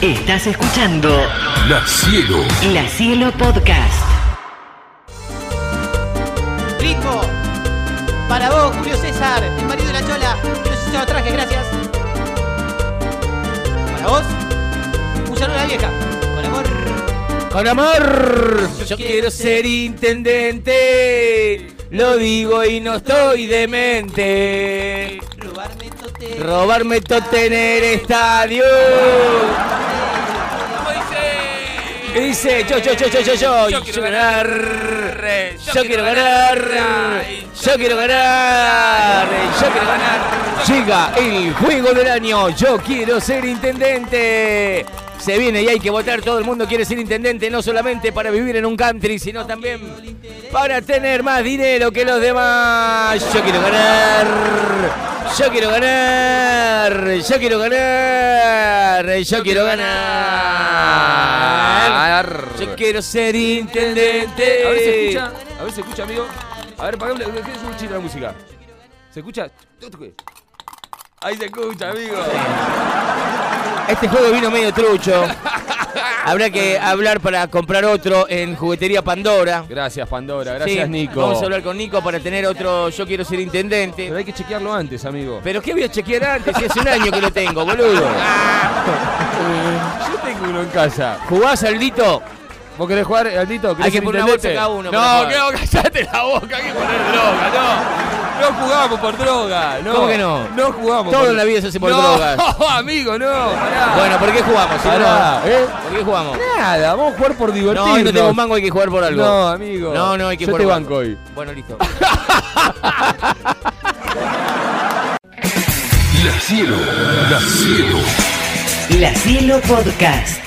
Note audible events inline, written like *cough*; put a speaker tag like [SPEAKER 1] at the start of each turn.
[SPEAKER 1] Estás escuchando
[SPEAKER 2] La Cielo.
[SPEAKER 1] La Cielo Podcast.
[SPEAKER 3] Ritmo. Para vos, Julio César, el marido de la Chola. Julio César lo traje, gracias. Para vos, un saludo a la vieja. Con amor.
[SPEAKER 4] Con amor, yo,
[SPEAKER 3] Yo
[SPEAKER 4] quiero,
[SPEAKER 3] quiero
[SPEAKER 4] ser intendente. Lo digo y no estoy demente.
[SPEAKER 3] Robarme tote.
[SPEAKER 4] Robarme todo tener estadio. Y Dice yo, yo, yo, yo, yo, yo. Yo quiero ganar. Yo quiero ganar. Yo quiero ganar. Yo quiero ganar. Llega el juego del año. Yo quiero ser intendente. Se viene y hay que votar. Todo el mundo quiere ser intendente, no solamente para vivir en un country, sino también para tener más dinero que los demás. Yo quiero ganar. Yo quiero ganar. Yo quiero ganar. Yo quiero ganar. Yo quiero ser intendente.
[SPEAKER 5] A ver si escucha, a ver si escucha, amigo. A ver, pagame, ¿qué es un chino la música? ¿Se escucha? Ahí se escucha, amigo.
[SPEAKER 4] Este juego vino medio
[SPEAKER 5] *laughs*
[SPEAKER 4] trucho. Habrá que hablar para comprar otro en Juguetería Pandora.
[SPEAKER 5] Gracias, Pandora.
[SPEAKER 4] Sí,
[SPEAKER 5] Gracias, Nico.
[SPEAKER 4] Vamos a hablar con Nico para tener otro Yo quiero ser intendente.
[SPEAKER 5] Pero hay que chequearlo antes, amigo.
[SPEAKER 4] Pero qué voy a chequear antes, si hace un año que lo tengo, boludo.
[SPEAKER 5] Yo tengo uno en casa.
[SPEAKER 4] ¿Jugás, Aldito?
[SPEAKER 5] ¿Vos querés jugar, Aldito?
[SPEAKER 4] Hay que poner una bolsa cada uno para
[SPEAKER 5] No,
[SPEAKER 4] jugar.
[SPEAKER 5] que no, *laughs* callate la boca, hay que poner droga, no. No jugamos por droga, no.
[SPEAKER 4] ¿Cómo que no?
[SPEAKER 5] No jugamos
[SPEAKER 4] Todo
[SPEAKER 5] por-
[SPEAKER 4] en la vida se hace por
[SPEAKER 5] no,
[SPEAKER 4] drogas.
[SPEAKER 5] No, *laughs* amigo, no. Pará.
[SPEAKER 4] Bueno, ¿por qué jugamos? si no?
[SPEAKER 5] Pará, ¿eh?
[SPEAKER 4] ¿Por qué jugamos?
[SPEAKER 5] Nada, vamos a jugar por divertirnos.
[SPEAKER 4] No, hoy no tengo mango, hay que jugar por algo.
[SPEAKER 5] No, amigo.
[SPEAKER 4] No, no, hay que
[SPEAKER 5] Yo
[SPEAKER 4] jugar
[SPEAKER 5] te
[SPEAKER 4] por
[SPEAKER 5] banco
[SPEAKER 4] algo.
[SPEAKER 5] hoy.
[SPEAKER 4] Bueno, listo.
[SPEAKER 2] La Cielo. La Cielo.
[SPEAKER 1] La Cielo Podcast.